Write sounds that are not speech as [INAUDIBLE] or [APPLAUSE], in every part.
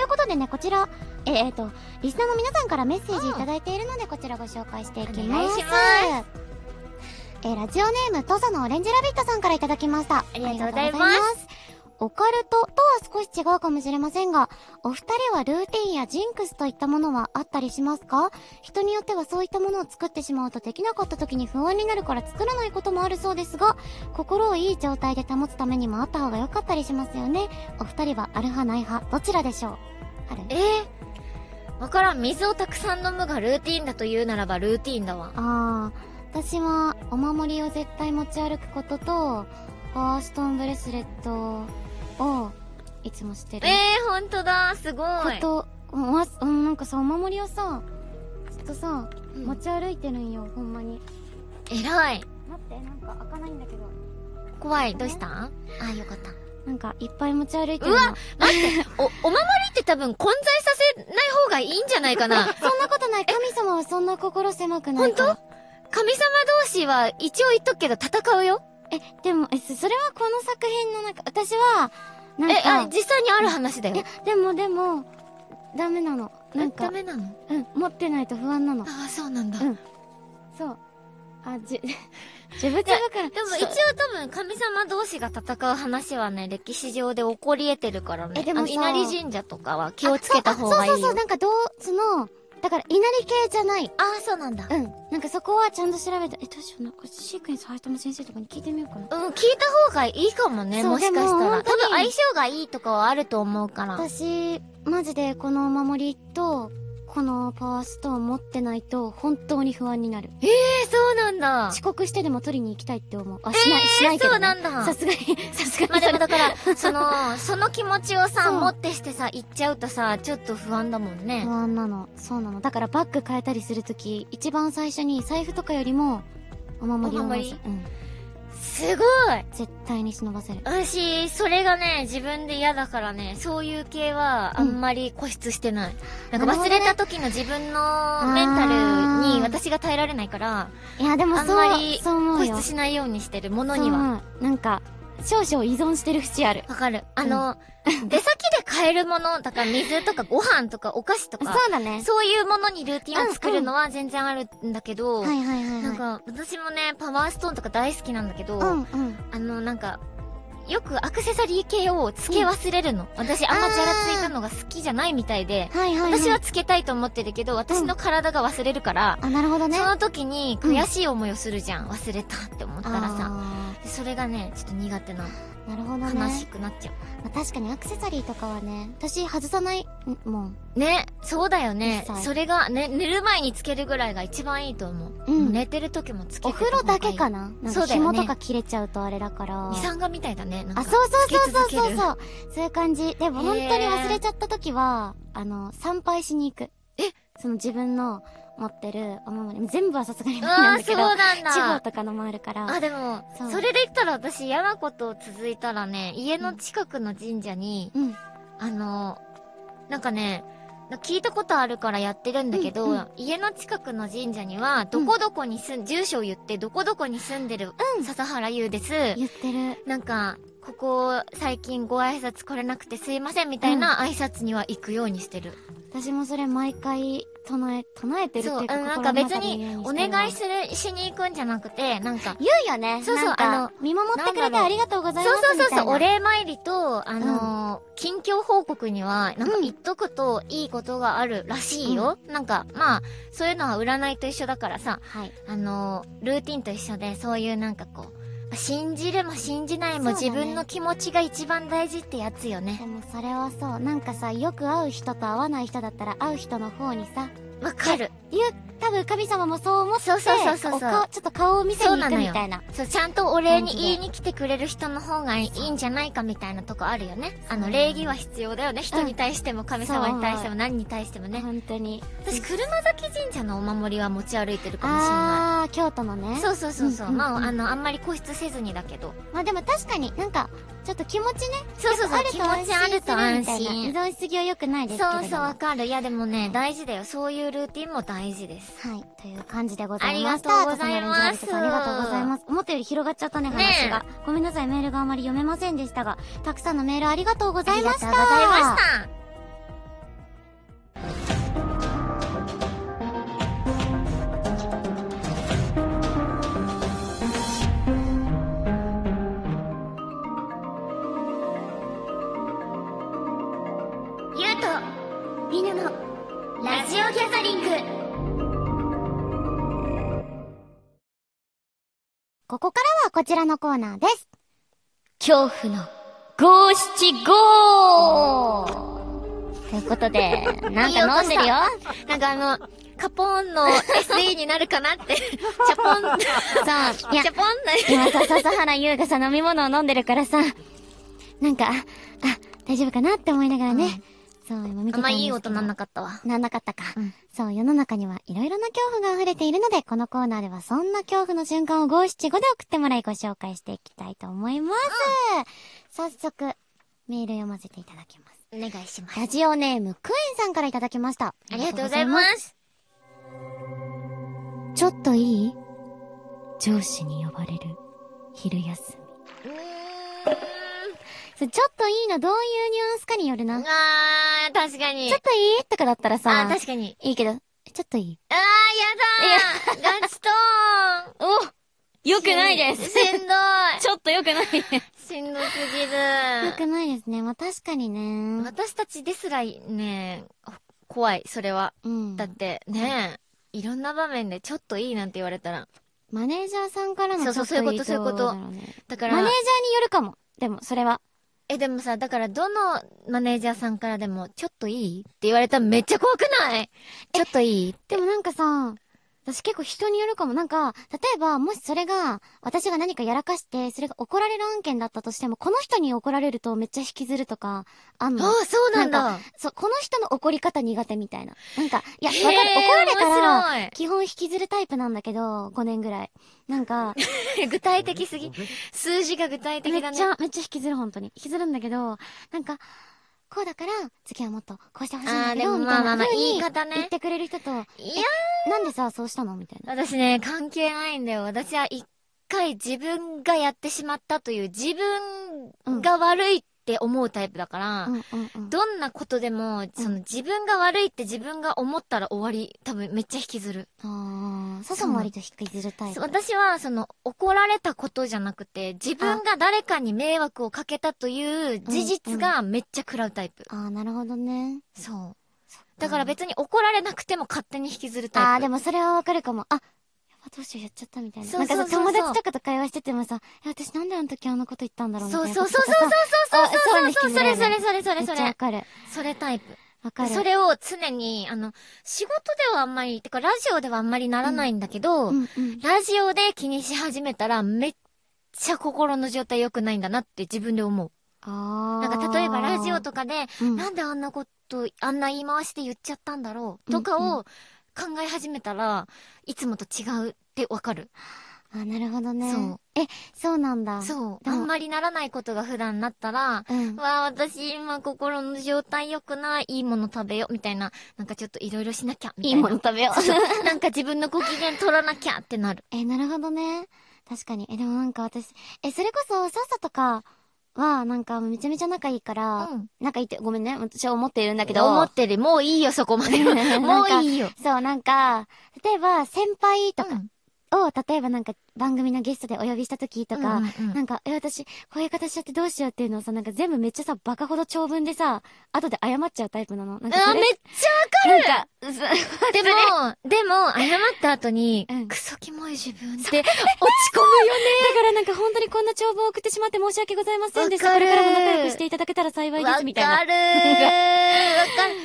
いうことでね、こちら、えっ、ー、と、リスナーの皆さんからメッセージいただいているので、こちらご紹介していきます。お願いしまえーラジオネーム、トサのオレンジラビットさんからいただきました。ありがとうござりがいますとうございます。オカルトとは少し違うかもしれませんが、お二人はルーティンやジンクスといったものはあったりしますか人によってはそういったものを作ってしまうとできなかった時に不安になるから作らないこともあるそうですが、心をいい状態で保つためにもあった方が良かったりしますよね。お二人はある派ない派、どちらでしょうあるえー、わからん。水をたくさん飲むがルーティンだと言うならばルーティンだわ。ああ、私はお守りを絶対持ち歩くことと、ファーストンブレスレットをいつもしてえるー、ほんとだ。すごこい。と、うんわうん、なんかさ、お守りをさ、ずっとさ、うん持ち歩いてるんよ、ほんまに。偉い。待って、なんか開かないんだけど。怖い。どうしたんあ、よかった。なんかいっぱい持ち歩いてるの。うわ待って、お、お守りって多分混在させない方がいいんじゃないか [LAUGHS] な。そんなことない。神様はそんな心狭くないから。神様同士は一応言っとくけど戦うよ。え、でも、え、そそれはこの作品の中、私は、なんえ、か、あ、実際にある話だよいや。、でもでも、ダメなの。なんダか、メなのうん、持ってないと不安なの。ああ、そうなんだ。うんそう。あ、じ、 [LAUGHS] 自分から。でもそう一応多分神様同士が戦う話はね、歴史上で起こり得てるからね。えでもさあの稲荷神社とかは気をつけた方がいいあそうあそうそうそう、よ。なんかどう、その、だから、稲荷系じゃない。ああ、そうなんだ。うん。なんかそこはちゃんと調べた。え、どうしよう。なんか、シークエンス、林友先生とかに聞いてみようかな。うん、聞いた方がいいかもね、そうもしかしたでもら。多本分当に相性がいいとかはあると思うから。私、マジでこのお守りと、このパワーストーン持ってないと、本当に不安になる。え、そうなんだ。遅刻してでも取りに行きたいって思う。あ、しない、えーしないけど、そうなんださすがに、さすがにそれ。まあでも [LAUGHS] だから、その、その気持ちをさ、そう持ってしてさ、行っちゃうとさ、ちょっと不安だもんね不。安なの。そうなの。だからバッグ変えたりするとき、一番最初に財布とかよりも、お守りをまずお守うん。すごい絶対に忍ばせる。私、それがね、自分で嫌だからね、そういう系はあんまり固執してない。なんか忘れた時の自分のメンタルに私が耐えられないから、いや、でもあんそうまり、そう思固うよ。執しないようにしてるものには。そう思うなんか、少々依存してる節ある。わかる。あの、出先で買えるもの、だから水とかご飯とかお菓子とそうか、だね。そういうものにルーティンを作るのは全然あるんだけど、はいはいはいはい。なんか、私もね、パワーストーンとか大好きなんだけど、うんうん。あの、なんか、よくアクセサリー系を付け忘れるの。私、あんまジャラついたのが好きじゃないみたいで、はいはいい。私は、付けたいと思ってるけど、私の体が忘れるから、あ、なるほどね。その時に悔しい思いをするじゃん。忘れたって思ったらさ。あでそれがね、ちょっと苦手なの。ーなるほどね。悲しくなっちゃまあ確かにアクセサリーとかはね、私外さない、んもん。う。ね、そうだよね一。切それが、ね、寝る前につけるぐらいが一番いいと思う。うん寝てる時もつけてお風呂だけかななんそかうだよ紐ねとか切れちゃうとあれだから。二酸化みたいだね。なんかあ、そうそうそうつけそう続けそうるそう。そういう感じ。でも本当に忘れちゃった時は、あの、参拝しに行く。えその自分の持ってるお守り、全部はさすがに無理あなんあー、だそけうど、なんだ。地方とかのもあるから。あ、でも、そうそれで言ったら私嫌なこと続いたらね、家の近くの神社に、うん。あの、なんかね、聞いたことあるからやってるんだけど、うんうん家の近くの神社には、どこどこに住ん、住所を言って、どこどこに住んでる、笹原優です。言ってる。なんか、ここ最近ご挨拶来れなくてすいませんみたいな挨拶には行くようにしてる。私もそれ毎回唱え、唱えてるってそいう、うあか、のなん心かの別中で言うにようおしてるわ願いする、しに行くんじゃなくて、なんか、言うよね。そうそうなんかあの見守ってくれてありがとうございますそうみそたいな。うそうそう、お礼参りと、あのー近況報告には、なんかうん言っとくといいことがあるらしいよ。なんか、まあ、そういうのは占いと一緒だからさ、はい。あのールーティンと一緒で、そういうなんかこう、信じるも信じないもそうだね自分の気持ちが一番大事ってやつよねで。もそれはそう、なんかさ、よく会う人と会わない人だったら会う人の方にさ、わかる。言う、多分神様もそう思って、そうそうそうそうそうお顔ちょっと顔を見せに行くみたいな。そう、ちゃんとお礼に言いに来てくれる人の方がいいんじゃないかみたいなとこあるよね。あの、礼儀は必要だよね。人に対しても、神様に対しても、何に対してもね。本当に。私、車崎神社のお守りは持ち歩いてるかもしれなあー、京都のねい。。そうそうそうそう。うんうんうんまあ、あの、あんまり固執せずにだけど。まあでも確かになんか、ちょっと気持ちね。そうそうそう。気持ちあると安するみた心。いな依存しすぎは良くないですけれどそも。うそう、わかる。いや、でもね、大事だよ。そういうルーティンも大事です。はい。という感じでございました。ありがとうございますトサノレンジャーズさんありがとうございます。思ったより広がっちゃったね、話が。ごめんなさい、メールがあまり読めませんでしたが、たくさんのメールありがとうございました。ありがとうございました。ゆうと、みぬの、ラジオギャザリング。ここからはこちらのコーナーです。恐怖の、五七五ということ [LAUGHS] で、なんいい音か飲んでるよ。 [LAUGHS] なんかあの、カポーンの SE になるかなって、チャポン、チそう。いやャ、ポンだ今さ、笹原優がさ、飲み物を飲んでるからさ、なんか、あ、大丈夫かなって思いながらね。そう、今見てあたんんでけますど。いい音なんなかったわ。なんなかったか。うんそう、世の中にはいろいろな恐怖が溢れているので、このコーナーではそんな恐怖の瞬間を575で送ってもらいご紹介していきたいと思います。早速、メール読ませていただきます。お願いします。ラジオネーム、クエンさんからいただきました。ありがとうございます。ちょっといい上司に呼ばれる昼休み。うーそれちょっといいのどういうニュアンスかによるな。ん。ちあー、確かに。ょっといいとかだったらあさー、、確かに。いいけど、ちょっといいあー、やだーガチトーンおよ [LAUGHS] しんどいちょっとよく [LAUGHS] ないです。しんどすぎよる。くないですね。まあ確かにね。私たちですらね、怖い、それは。うんだ。ってね、いろんな場面でちょっといいなんて言われたら。マネージャーさんからのそうそうちょっいそういうことどだろそうねだかマネージャーらに、よるかも。でも、それは。え、でもさ、だからどのマネージャーさんからでも、ちょっといいって言われたらめっちゃ怖くないちょっといいって。でもなんかさ、私結構人によるかも。なんか、例えば、もしそれが、私が何かやらかして、それが怒られる案件だったとしても、この人に怒られるとめっちゃ引きずるとか、あんあの。あ、そうなんだ。そう、この人の怒り方苦手みたいな。なんか、いや、へーわかる。怒られたら、面基本引きずるタイプなんだけど、5年ぐらい。なんか、白い具体的すぎ。数字が具め体的っだね。ちゃ、めっちゃ引きずる、本当に。引きずるんだけど、なんか、こうだから、次はもっと、こうしてほしいんだけあーでもど、みたいまあまなあまあ風に言い方ね言ってくれる人と、いやなんでさ、そうしたのみたいな。私ね、関係ないんだよ。私は一回自分がやってしまったという自分が悪いって思うタイプだから、うんうんうん。どんなことでも、その自分が悪いって自分が思ったら終わり、多分めっちゃ引きずる。ああ、笹も割と引きずるタイプ。そう私は、その、怒られたことじゃなくて、自分が誰かに迷惑をかけたという事実がめっちゃ食らうタイプ。ああ、なるほどね。そう。だから別に怒られなくても勝手に引きずるタイプ。ああ、でもそれはわかるかも。あ、やっぱどうしよう、やっちゃったみたいな。そうそうそうそうなんかさ、友達とかと会話しててもさ、え、私なんであの時あのこと言ったんだろうみたいそうな。そうそうそうそうあそうそうそそうそうそうういうの引きそずるれよねそれそれそれめっそちゃわれ。かる。それタイプ。わかる。それを常に、あの、仕事ではあんまり、てかラジオではあんまりならないんだけど、うんうん。ラジオで気にし始めたらめっちゃ心の状態良くないんだなって自分で思う。ああ。なんか例えばラジオとかで、うん、なんであんなこと、あんな言い回しで言っちゃったんだろうとかうんうを考え始めたら、いつもと違うってわかる。あ、なるほどね。そうえ、そうなんだ。う。そう。であもんまりならないことが普段なったら、うん。わあ、私今心の状態良くない、いいもの食べよ、みたいな、なんかちょっといろいろしなきゃ、みたいいいな。もの食べよう。なんか自分のご機嫌取らなきゃってなる。え、なるほどね。確かに。え、でもなんか私、え、それこそ、さっさとかは、なんか、めちゃめちゃ仲いいから、うん仲いいって、ごめんね。私は思っているんだだけけど、ど、思ってる。もういいよ、そこま [LAUGHS] では。もういいよ。そう、なんか、例えば、先輩とかうんを、例えばなんか、番組のゲストでお呼びした時とか、うんうんうんなんか、え、私、こういう形しちゃってどうしようっていうのをさ、なんか全部めっちゃさ、バカほど長文でさ、後で謝っちゃうタイプなの。なんかあそー、れ、めっちゃわかるなんか、 [LAUGHS] でも、でも、謝った後にうん、クソキモい自分って落ち込 [LAUGHS] だからなんか本当にこんな長文を送ってしまって申し訳ございませんでした。わこかるれからも仲良くしていただけたら幸むいよね。でわかするみー。たいな。[LAUGHS] わかる。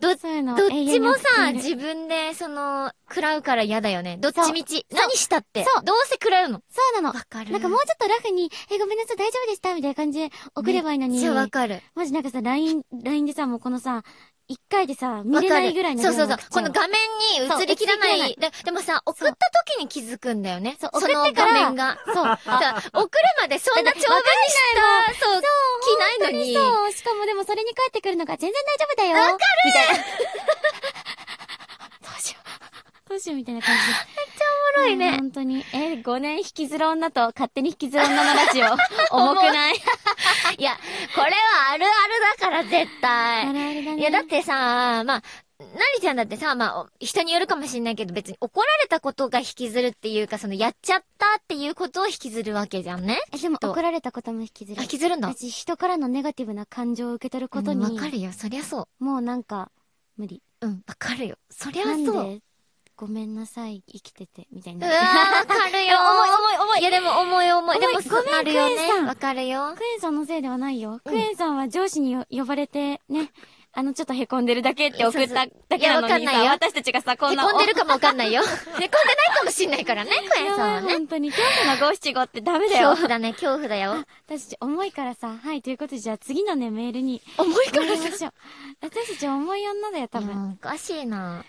どっそういうのどっ永ち遠にもやてさ、いる自分で、その、食らうから嫌だよね。どっそうちみち。何したって。そうどうせ食らうの。そうなの。わかる。なんかもうちょっとラフに、え、ごめんなさい、大丈夫でしたみたいな感じで送ればいいのめっに。ちゃわかる。マジなんかさ、LINE、LINE でさ、もうこのさ、一回でさ、見われかないるぐらいのそう量そのうそう。この送っちゃ画面に映りきらなそう映い。りででもさ、送った時に気づくんだよね。そうそ送っのてから画面が。うのそう。だから送るまでそんな長文にした、そう、気ないのに。本当そう。しかもでもそれに返ってくるのが全然大丈夫だよ。わかるみたいな。どうしよう。どうしようみたいな [LAUGHS] 感じで。めっちゃおもろいね本当に。え、5年引きずる女と勝手に引きずる女のラジオ。 [LAUGHS] [LAUGHS] 重くないいや、これはあるあるだから絶あ対。るあるだね。いや、だってさ、まあ、なりちゃんだってさ、まあ、お人によるかもしんないけど、別に怒られたことが引きずるっていうか、その、やっちゃったっていうことを引きずるわけじゃんね。え、でもと怒られたことも引きずるあ、引。きずるんだ。私、人からのネガティブな感情を受け取ることに、うんわかるよ、そりゃそもうなんか、無理。う。うん、わかるよ。そりゃなんそう。で、ごめんなさい、生きてて、みたいうな。わー、わ [LAUGHS] かるよ。重い重い重い。いやでも重い重い。でも重いごめんそうなるよクエンさね。んわかるよ。クエンさんのせいではないよ。うんクエンさんは上司によ呼ばれて、 [LAUGHS] ね、あの、ちょっと凹んでるだけって送っただけなのにいやわかんないさ、よ私たちがさ、こへんな。こんでるかもわかんない [LAUGHS] よ。へこんでないかもしんないからね、クエンやさんばはいね。本当に、今日の五七五ってダメだ恐よ。怖だね、恐怖だよ。私たち重いからさ、はい、ということで、じゃあ次のね、メールに。重い行 [LAUGHS] きましょう。私たち重い女だよ、多分。おかしいな。